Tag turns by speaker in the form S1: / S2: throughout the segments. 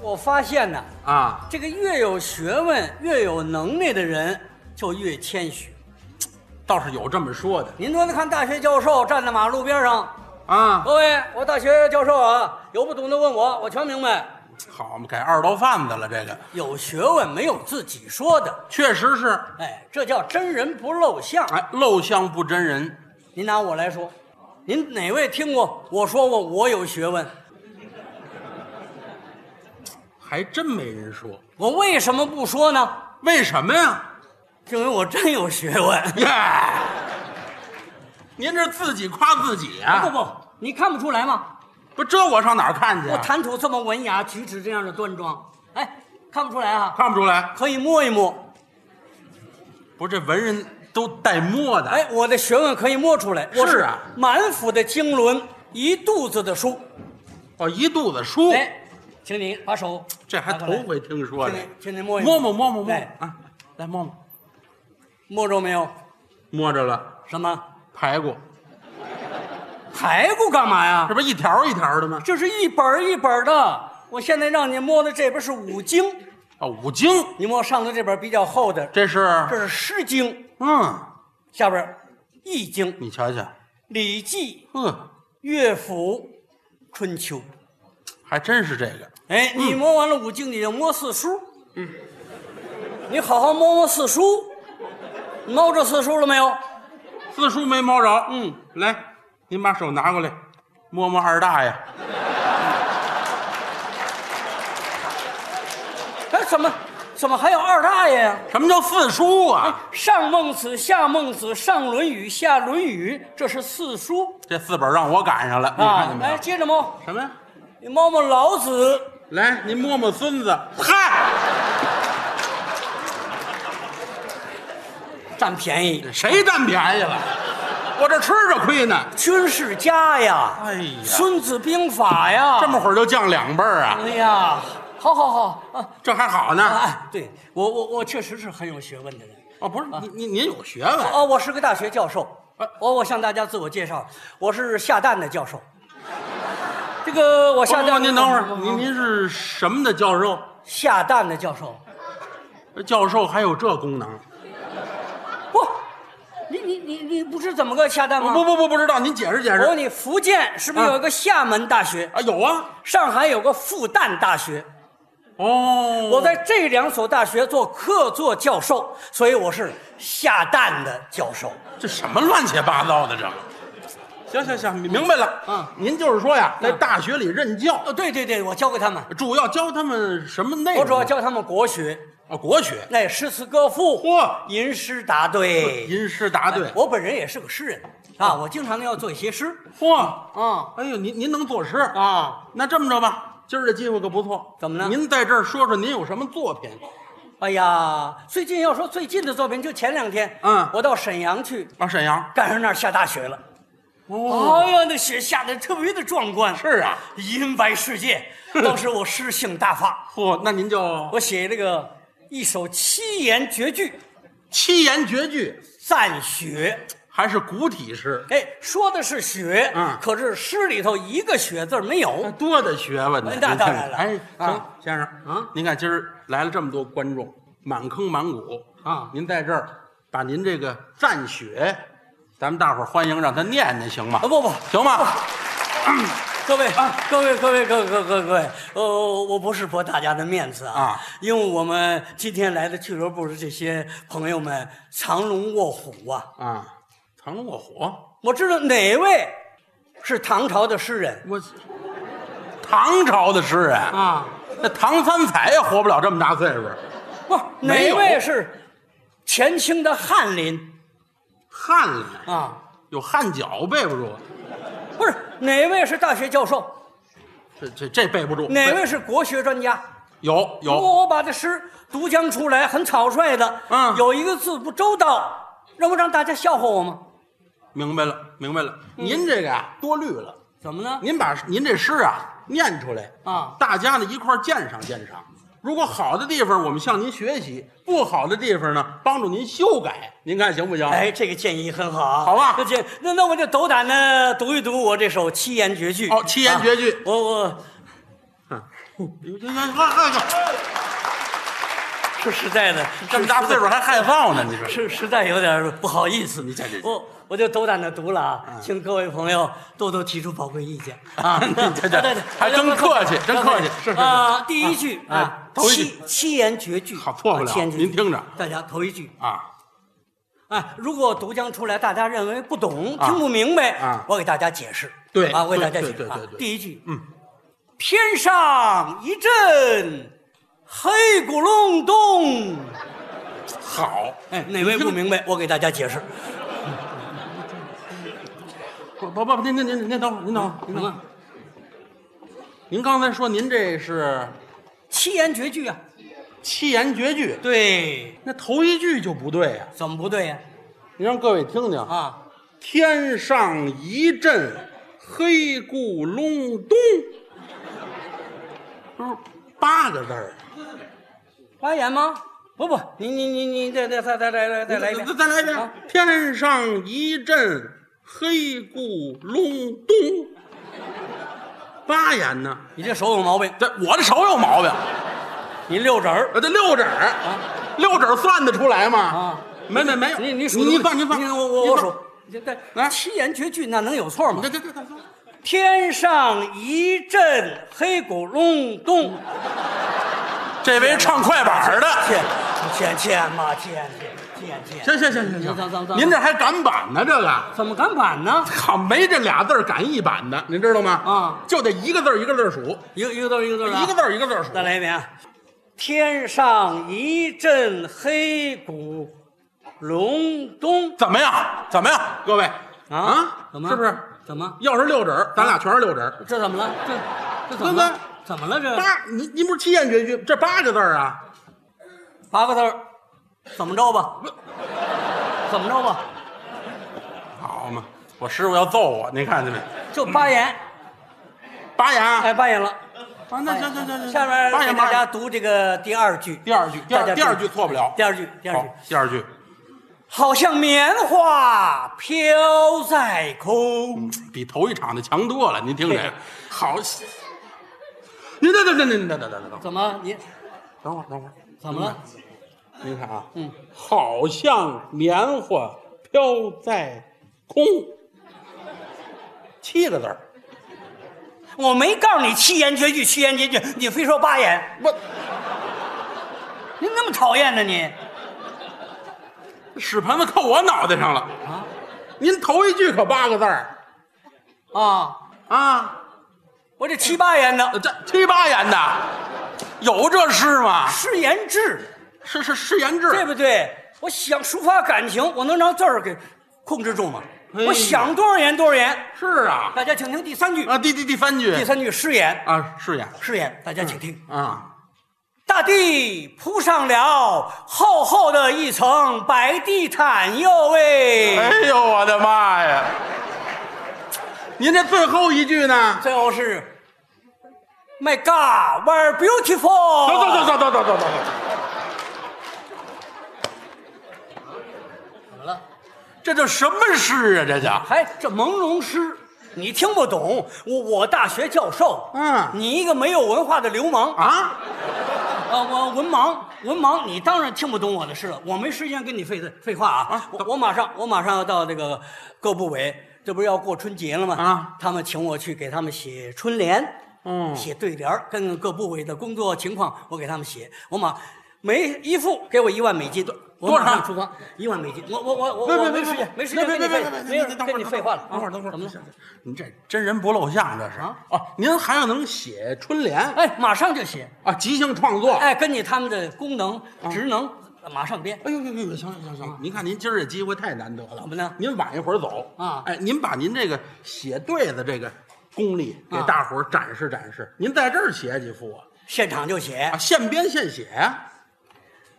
S1: 我发现呐，
S2: 啊，
S1: 这个越有学问、越有能耐的人，就越谦虚。
S2: 倒是有这么说的
S1: 您多看大学教授站在马路边上，
S2: 啊。
S1: 各位，我大学教授啊，有不懂的问我，我全明白。
S2: 好嘛，改二道贩子了，这个
S1: 有学问没有自己说的，
S2: 确实是，
S1: 哎，这叫真人不露相。
S2: 哎，露相不真人，
S1: 您拿我来说，您哪位听过我说过我有学问？
S2: 还真没人说，
S1: 我为什么不说呢？
S2: 为什么呀？
S1: 因为我真有学问。
S2: 耶、您这自己夸自己啊？
S1: 哎不不，你看不出来吗？
S2: 不，这我上哪儿看去、
S1: 我
S2: 啊？
S1: 谈吐这么文雅，举止这样的端庄，哎，看不出来啊？
S2: 看不出来，
S1: 可以摸一摸，
S2: 不是这文人都带墨的。，
S1: 哎，我的学问可以摸出来。我
S2: 是啊
S1: 满腹的经纶，一肚子的书。
S2: 哦，一肚子书，
S1: 哎，请你把手
S2: 这还
S1: 拿过来
S2: 头回听说呢
S1: 请。你，请你摸一
S2: 摸摸摸摸摸
S1: 哎
S2: 啊，来摸摸，
S1: 摸着没有？
S2: 摸着了，
S1: 什么
S2: 排骨，
S1: 排骨干嘛呀
S2: 这？不一条一条的吗？
S1: 这是一本儿一本儿的。我现在让你摸的这边是五经，
S2: 哦，五经，
S1: 你摸上头这本比较厚的，
S2: 这是，
S1: 这是《诗经》，
S2: 嗯，
S1: 下边《易经》《
S2: 你瞧瞧，
S1: 礼记》
S2: 呵，
S1: 《乐府》《春秋》。
S2: 还真是这个。
S1: 哎，你摸完了五经，你就摸四书。嗯，你好好摸摸四书，你摸着四书了没有？
S2: 四叔没摸着，
S1: 嗯，
S2: 来，您把手拿过来，摸摸二大爷。
S1: 哎，怎么怎么还有二大爷呀、
S2: 什么叫四叔
S1: 哎
S2: 啊？
S1: 上孟子，下孟子，上《论语》，下《论语》，这是四书
S2: 这四本让我赶上了，你嗯看
S1: 啊
S2: 见。没有？
S1: 来，接着摸，
S2: 什么呀？
S1: 你摸摸老子，
S2: 来，您摸摸孙子。嗨，
S1: 占便宜，
S2: 谁占便宜了？我这吃着亏呢。
S1: 军事家呀，
S2: 哎呀
S1: 孙子兵法呀，
S2: 这么会儿就降两辈儿啊，
S1: 哎呀，好好好啊
S2: 这还好呢。
S1: 啊！对我我我确实是很有学问的人。
S2: 哦，不是，您您您有学问，
S1: 哦，我是个大学教授哦
S2: 哎。
S1: 我我向大家自我介绍，我是下蛋的教授。这个我下
S2: 不不不
S1: 蛋，
S2: 哦您等会儿，您
S1: 您
S2: 您是什么的教授？
S1: 下蛋的教授，
S2: 教授还有这功能？
S1: 不，哦你你你你不是怎么个下蛋吗？
S2: 不，不不不知啊道，您解释解
S1: 我问
S2: 释。
S1: 你，福建是不是有一个厦门大学？
S2: 啊，有啊，
S1: 上海有个复旦大学？
S2: 哦，
S1: 我在这两所大学做客座教授，所以我是下蛋的教授。
S2: 这什么乱七八糟的这个？行行行，明白了。
S1: 嗯
S2: 您就是说呀，在大学里任教，
S1: 哦，对对对，我教给他们，
S2: 主要教他们什么内容？
S1: 我主要教他们国学，
S2: 啊国学。
S1: 那诗词歌赋，
S2: 嚯，
S1: 吟诗答对。
S2: 吟诗答对。哦
S1: 我本人也是个诗人啊，我经常要做一些诗
S2: 嚯，
S1: 啊
S2: 哎呦，您您能作诗？
S1: 啊
S2: 那这么着吧，今儿这机会可不错。
S1: 怎么了
S2: 您在这儿说说您有什么作品？
S1: 哎呀，最近要说最近的作品，就前两天，
S2: 嗯
S1: 我到沈阳去，
S2: 啊，沈阳。
S1: 赶上那儿下大雪了。
S2: 哦，
S1: 哎呀，那雪下的特别的壮观，
S2: 是啊。
S1: 银白世 界。当时我诗兴大发，
S2: 嚯，那您就
S1: 我写那个一首七言绝句
S2: 七言绝句，
S1: 《赞雪
S2: 还是古体诗》，？
S1: 哎，说的是雪，
S2: 嗯
S1: 可是诗里头一个雪字儿没 有。
S2: 多的学问
S1: 哎！那
S2: 呢您看
S1: 当然了
S2: 哎，
S1: 啊
S2: 行，先生
S1: 啊，
S2: 您看今儿来了这么多观众，满坑满谷
S1: 啊
S2: 您在这儿把您这个赞雪，咱们大伙儿欢迎，让他念念，行吗
S1: 啊？不不，
S2: 行吗？
S1: 各位啊，各位各位各位各位各位各位，呃，我不是驳大家的面子啊，
S2: 啊
S1: 因为我们今天来的俱乐部的这些朋友们藏龙卧虎啊，
S2: 啊，藏龙卧虎，
S1: 我知道哪位是唐朝的诗人
S2: 我唐朝的诗人，
S1: 啊，
S2: 那唐三彩也活不了这么大岁数。
S1: 不是
S2: 没
S1: 哪
S2: 有
S1: 位是前清的翰林
S2: 汉里
S1: 啊，
S2: 有汉脚背不住，
S1: 不是哪位是大学教授，
S2: 这这这背不住。
S1: 哪位是国学专家？
S2: 有
S1: 如
S2: 有
S1: 果我把这诗读将出来，很草率的，
S2: 嗯
S1: 有一个字不周到，那不让大家笑话我吗？
S2: 明白了，明白了。
S1: 嗯
S2: 您这个呀多虑了。
S1: 怎么呢？
S2: 您把您这诗啊念出来
S1: 啊
S2: 大家呢一块儿鉴赏鉴赏。如果好的地方，我们向您学习；不好的地方呢，帮助您修改。您看行不行？，
S1: 哎，这个建议很好啊，
S2: 好吧
S1: 那这那那我就斗胆的读一读我这首七言绝句。
S2: 哦七言绝句
S1: 啊我我，
S2: 嗯呦行行行哎呦
S1: 说实在的，
S2: 这么大岁数还害臊呢？你说
S1: 是实在有点不好意思，你
S2: 这这这
S1: 我我就斗胆的读了啊，
S2: 嗯
S1: 请各位朋友多多提出宝贵意见啊
S2: 这这
S1: 对对哎
S2: 还真客气真客气是是是
S1: 啊，第一句啊
S2: 啊哎，头一句
S1: 七七言绝句，
S2: 好错不了
S1: 啊七言绝句
S2: 您听着
S1: 大家头一句
S2: 啊，
S1: 啊，如果读将出来，大家认为不懂、
S2: 啊
S1: 听不明白，
S2: 啊
S1: 我给大家解释，
S2: 对
S1: 啊，我给大家解
S2: 对
S1: 释，
S2: 对对
S1: 啊
S2: 对对
S1: 第一句，
S2: 嗯，
S1: 天上一阵黑咕隆咚。
S2: 好，
S1: 哎，哪位不明白？我给大家解释。
S2: 不不不，您您您您等会儿，您等会儿，您等会儿。您刚才说您这是
S1: 七言绝句啊，
S2: 七言绝句，
S1: 对，
S2: 那头一句就不对呀、
S1: 怎么不对呀、
S2: 你让各位听听
S1: 啊？，
S2: 天上一阵黑咕隆咚，不是八个字儿，
S1: 八言吗？不不，你你你你再再再再再再再来一遍，
S2: 再来一遍
S1: 啊。
S2: 天上一阵黑咕隆咚，八言呢？
S1: 你这手有毛病，
S2: 这我这手有毛病，
S1: 你六指儿，
S2: 呃，这六指儿
S1: 啊
S2: 六指儿算得出来吗？
S1: 啊，
S2: 没没没有，
S1: 你你数，
S2: 你放你放，
S1: 你看我我我
S2: 你
S1: 数
S2: 放，，
S1: 这这
S2: 来
S1: 七言绝句那能有错吗
S2: 这？这这这，
S1: 天上一阵黑咕隆咚，
S2: 这位唱快板儿的，
S1: 天天天嘛天天天天，
S2: 行行行行
S1: 咱咱
S2: 行，
S1: 咱
S2: 您这还赶板呢？这个。
S1: 怎么敢板呢？
S2: 好，没这俩字儿赶一版的，您知道吗？
S1: 啊
S2: 就得一个字儿一个字儿数，
S1: 一个一个字儿一个字儿啊
S2: 一个字儿一个字儿数。
S1: 再来一遍啊！天上一阵黑咕隆咚
S2: 怎么样？怎么样，各位？
S1: 怎么
S2: 是不是？
S1: 怎么？
S2: 要是六指儿，咱俩全是六指儿。
S1: 这怎么了？这这怎么
S2: 哥哥
S1: 了？怎么了这？
S2: 八，您您不是七言绝句，这八个字儿啊？
S1: 八个字儿，怎么着吧？怎么着吧？
S2: 好嘛，我师傅要揍我，您看见没？
S1: 就八言，
S2: 八言啊，
S1: 哎，八言了。
S2: 啊那行行行行，
S1: 下面
S2: 八
S1: 给
S2: 言
S1: 大
S2: 八
S1: 家
S2: 言。
S1: 读这个第二句。
S2: 第二句，第
S1: 大家注
S2: 二第
S1: 意
S2: 二句错不了。
S1: 第二句，第二句
S2: 好，，第二句，
S1: 好像棉花飘在空。
S2: 比头一场的强多了。您听这
S1: 对
S2: 个，好，您等等等等等等等等
S1: 怎么你
S2: 等会儿等会儿，
S1: 怎么了？
S2: 您看啊，
S1: 嗯，
S2: 好像棉花飘在空，七个字儿，
S1: 我没告诉你七言绝句，七言绝句，你非说八言，
S2: 我
S1: 你那么讨厌呢你？
S2: 屎盆子扣我脑袋上了
S1: 啊！
S2: 您头一句可八个字儿
S1: 啊，
S2: 啊，
S1: 我这七八言的
S2: 呃这七八言的，有这事吗？
S1: 是言志，
S2: 是是是言
S1: 对
S2: 志，
S1: 不对？我想抒发感情，我能让字儿给控制住吗？
S2: 哎呀
S1: 我想多少言多少言。
S2: 是啊
S1: 大家请听第三句，
S2: 啊，第第第三句，
S1: 第三句诗言，
S2: 啊是言
S1: 诗言，大家请听。
S2: 啊，
S1: 大地铺上了厚厚的一层白地毯哟喂。
S2: 哎呦我的妈呀！您这最后一句呢？
S1: 最后是，My God, we're beautiful。
S2: 走走走走走走走走走。
S1: 怎么了？
S2: 这叫什么诗啊？这叫
S1: 还哎这朦胧诗，你听不懂。我我大学教授，
S2: 嗯
S1: 你一个没有文化的流氓啊，
S2: 啊，
S1: 呃我文盲，文盲，你当然听不懂我的诗了。我没时间跟你废废话啊，
S2: 啊
S1: 我我马上我马上要到这个各部委，这不是要过春节了吗？
S2: 啊，
S1: 他们请我去给他们写春联，
S2: 嗯
S1: 写对联儿跟各部委的工作情况，我给他们写。我马每一副给我一万美金。我马上
S2: 多少
S1: 出发，一万美金。我我我我
S2: 别
S1: 我
S2: 别
S1: 没
S2: 别
S1: 时
S2: 别
S1: 间，没时
S2: 别
S1: 间
S2: 别
S1: 跟你废话，没人
S2: 别别别，
S1: 跟你废话了。啊
S2: 等会儿等会儿，
S1: 怎么了？？
S2: 您这真人不露相，这是
S1: 啊
S2: 哦，您还要能写春联
S1: 哎，马上就写。
S2: 啊，即兴创作。
S1: 哎，根据他们的功能、
S2: 嗯
S1: 职能，马上编。
S2: 哎呦呦呦呦，行了行了行了，您看您今儿这机会太难得了，
S1: 啊怎么呢
S2: 您晚一会儿走
S1: 啊
S2: 哎，您把您这个写对子这个功力给
S1: 啊
S2: 大伙儿展示展示。您在这儿写几幅啊？
S1: 现场就写
S2: 啊，。现编现写啊，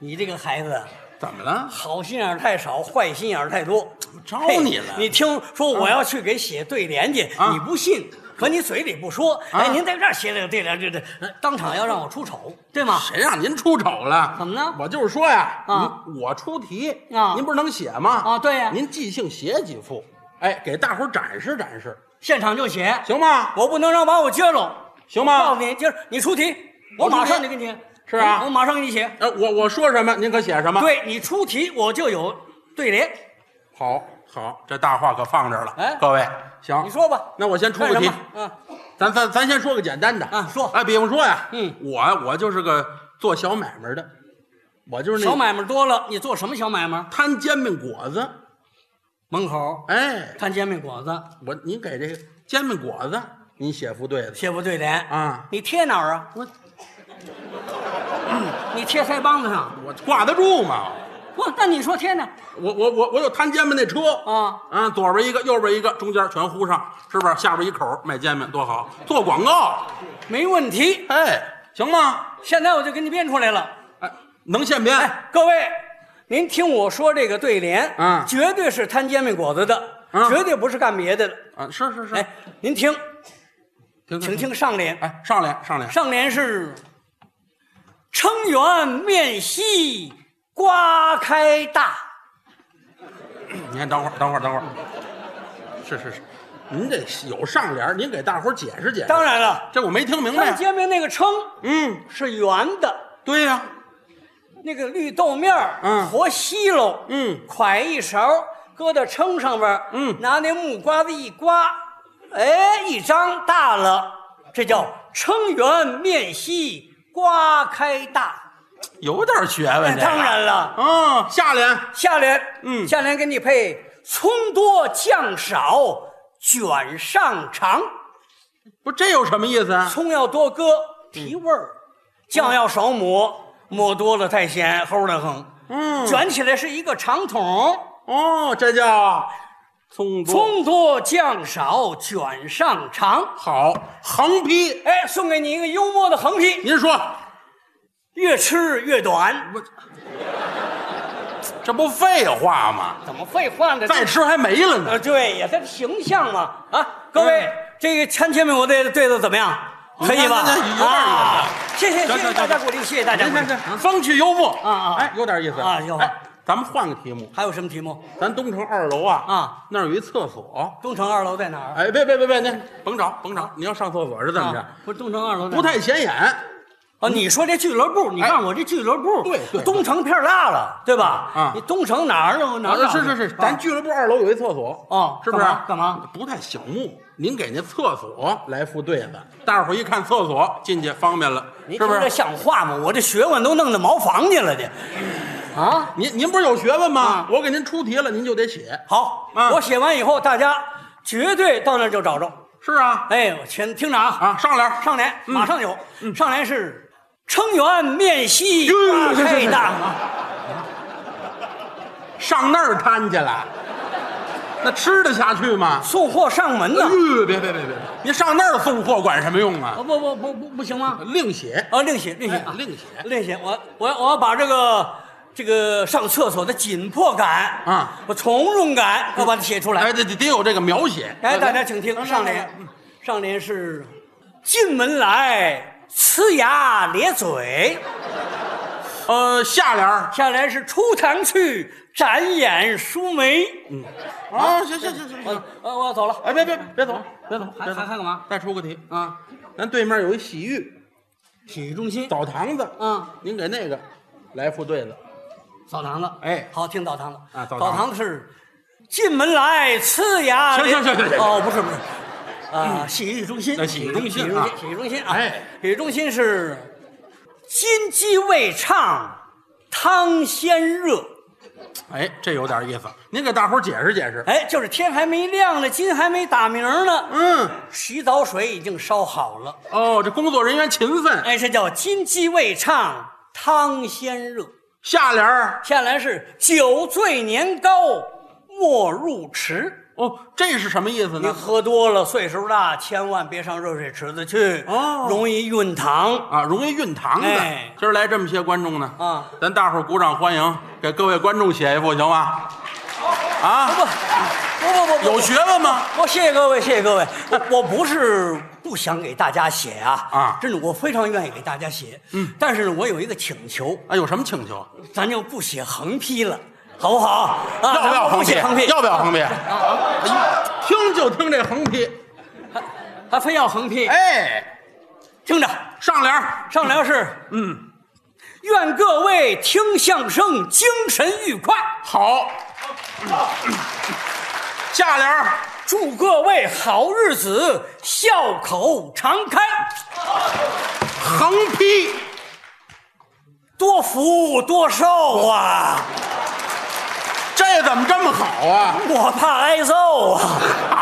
S1: 你这个孩子，
S2: 怎么了？
S1: 好心眼儿太少，坏心眼儿太多。
S2: 招你了
S1: 嘿你听说我要去给写对联去，
S2: 啊
S1: 你不信，可你嘴里不说。
S2: 啊
S1: 哎，您在这儿写这个对联，这这呃当场要让我出丑，对吗？
S2: 谁让您出丑了？
S1: 怎么呢
S2: 我就是说呀，
S1: 啊
S2: 您我出题
S1: 啊
S2: 您不是能写吗？
S1: 啊对呀
S2: 您即兴写几幅，哎，给大伙儿展示展示，
S1: 现场就写，
S2: 行吗？
S1: 我不能让把我揭露。
S2: 行
S1: 告
S2: 吗
S1: 诉？你，今儿你出题，我马上就给你，嗯
S2: 是啊
S1: 我我马上给你写。
S2: 哎，我我说什么，您可写什么？，
S1: 对你出题，我就有对联。
S2: 好，好，这大话可放这儿了。
S1: 哎
S2: 各位，行，
S1: 你说吧，
S2: 那我啊先出
S1: 干什
S2: 个题
S1: 么，？啊，
S2: 咱咱咱先说个简单的
S1: 啊说
S2: 哎，比方说呀，
S1: 嗯，
S2: 我我就是个做小买卖的，我就是那
S1: 小买卖多了，你做什么小买卖？
S2: 摊煎饼果子。
S1: 门口
S2: 哎，
S1: 摊煎饼果子，
S2: 我你给这个煎饼果子，你写副对 子
S1: 写不对联
S2: 啊？
S1: 你贴哪儿啊？ 嗯
S2: 我
S1: 你贴腮帮子上。
S2: 我挂得住吗？
S1: 不，那你说贴哪？
S2: 我我我我有摊煎饼那车
S1: 啊
S2: 啊，左边一个，右边一个，中间全糊上，是不是？下边一口卖煎饼多好，做 广告，
S1: 没问题，
S2: 哎，行吗？
S1: 现在我就给你编出来了。
S2: 哎，能现编？
S1: 各位，您听我说这个对联，
S2: 嗯
S1: 绝对是摊煎饼果子的，
S2: 嗯
S1: 绝对不是干别的的。
S2: 啊，是是是，
S1: 哎，您听，
S2: 停
S1: 请，听上联，
S2: 哎，上联上联，
S1: 上联是“撑圆面稀，瓜开大
S2: 你看，等会儿等会儿等会儿，是是是，您得有上联，您给大伙儿解释解”。释。
S1: 当，然了，
S2: 这我没听明
S1: 摊
S2: 白。
S1: 煎饼那个“撑
S2: 嗯，”
S1: 是圆的，
S2: 对呀、
S1: 那个绿豆面儿，
S2: 嗯
S1: 和稀喽，
S2: 嗯
S1: 㧟一勺，搁到撑上边儿，
S2: 嗯
S1: 拿那木瓜子一刮，哎，一张大了，这叫撑圆面稀，瓜开大。
S2: 有点学问。这
S1: 哎
S2: 个
S1: 当然了。
S2: 啊，下联
S1: 下联，
S2: 嗯
S1: 下联给你配葱多酱少卷上肠，
S2: 不，这有什么意思啊？
S1: 葱要多搁
S2: 嗯
S1: 提味儿，酱要少抹，抹多了太咸，齁得很。
S2: 嗯
S1: 卷起来是一个长筒，
S2: 哦，这叫葱多
S1: 葱多酱少卷上肠。
S2: 好横批。
S1: 哎，送给你一个幽默的横批：
S2: 您说，
S1: 越吃越短。
S2: 这不废话吗？
S1: 怎么废话呢？
S2: 再吃还没了呢。
S1: 呃，对呀，它形象嘛。啊，各位，
S2: 嗯
S1: 这个陈千明，我对对的怎么样？可以吧
S2: 那那有点意？思
S1: 啊，谢谢
S2: 行
S1: 谢
S2: 行
S1: 谢大家
S2: 行
S1: 鼓励，谢谢大家
S2: 您
S1: 鼓励
S2: 看。这风趣幽默
S1: 啊啊
S2: 哎，有点意思
S1: 啊有
S2: 哎，咱们换个题目，
S1: 还有什么题目？
S2: 咱东城二楼啊
S1: 啊，
S2: 那儿有一厕所。
S1: 东城二楼在哪儿？
S2: 哎，别别别别，您甭找甭找，你要上厕所是怎么着
S1: 啊？不是东城二楼在哪儿，
S2: 不太显眼。
S1: 哦。你说这俱乐部，你
S2: 哎
S1: 看我这俱乐部，
S2: 对对
S1: 东城片儿大了，对吧？
S2: 啊
S1: 你东城哪儿有哪儿
S2: 啊
S1: 有？
S2: 是是是，咱俱乐部二楼有一厕所
S1: 哦
S2: 是不是
S1: 干嘛？干嘛？
S2: 不太醒目。您给那厕所来副对子，大伙儿一看厕所进去方便了，
S1: 您
S2: 是不
S1: 听这
S2: 是？
S1: 像话吗？我这学问都弄到茅房去了，这啊。
S2: 您您不是有学问吗
S1: 啊？
S2: 我给您出题了，您就得写。
S1: 好，
S2: 嗯
S1: 我写完以后，大家绝对到那儿就找着。
S2: 是啊，
S1: 哎，我请听着啊
S2: 啊，上联
S1: 上联马上有，上联是撑圆面稀
S2: 哟是是
S1: 太
S2: 是
S1: 啊大，
S2: 上那儿摊去了，那吃得下去吗？
S1: 送货上门呢。
S2: 呃，别别别别，您上那儿送货管什么用啊
S1: 啊？不不不不不行吗？
S2: 另写，
S1: 啊，另写另写
S2: 哎
S1: 啊，
S2: 另写
S1: 另写，我我要我要把这个这个上厕所的紧迫感
S2: 啊，
S1: 我从容感，要把它写出来
S2: 哎，。得得得有这个描写。
S1: 哎，大家请听上联，上联是进门来呲牙咧嘴，
S2: 呃，下联儿
S1: 下联是出堂去展眼舒眉。
S2: 啊，行行行行
S1: 嗯我
S2: 行，
S1: 我我要走了。
S2: 哎，别别别走，别走，
S1: 还
S2: 别走
S1: 还还干嘛？
S2: 再出个题，
S1: 啊，
S2: 咱对面有一洗浴
S1: 体育中心
S2: 澡堂子，
S1: 嗯，
S2: 您给那个来副对子，
S1: 澡堂子，
S2: 哎
S1: 好听澡堂子
S2: 啊澡堂子
S1: 澡堂子是进门来呲牙咧。
S2: 行行行行行
S1: 哦，不是不是，啊，洗浴中心
S2: 那，洗浴中心
S1: 洗浴
S2: 啊
S1: 中心，洗浴中心啊，
S2: 哎，
S1: 洗浴中心是金鸡未唱，汤先热。
S2: 哎，这有点意思，您给大伙儿解释解释。
S1: 哎，就是天还没亮呢，金还没打鸣呢，
S2: 嗯，
S1: 洗澡水已经烧好了。
S2: 哦，这工作人员勤奋。
S1: 哎，这叫金鸡未唱，汤先热。
S2: 下联儿
S1: 下联是酒醉年高莫入池。
S2: 哦，这是什么意思
S1: 您
S2: 呢？
S1: 喝多了，岁数大，千万别上热水池子去，
S2: 哦
S1: 容易晕糖。
S2: 啊，容易晕堂子
S1: 哎。
S2: 今儿来这么些观众呢，
S1: 啊，
S2: 咱大伙儿鼓掌欢迎，给各位观众写一副行吗？啊，
S1: 不不不不，
S2: 有学问吗？
S1: 我谢谢各位，谢谢各位。我我不是不想给大家写啊，
S2: 啊
S1: 真的，我非常愿意给大家写。嗯，但是呢，我有一个请求，
S2: 啊，有什么请求？
S1: 咱就不写横批了，好不好？啊，
S2: 要不
S1: 咱
S2: 要
S1: 们
S2: 横
S1: 不
S2: 批
S1: 写横批？？
S2: 要不要横批？哎呀听就听这横批，
S1: 还非要横批？
S2: 哎，
S1: 听着，
S2: 上联儿
S1: 上联是嗯，愿各位听相声精神愉快，
S2: 好，下联儿
S1: 祝各位好日子笑口常开，
S2: 横批，
S1: 多福多寿啊！
S2: 这怎么这么好啊？
S1: 我怕挨揍啊！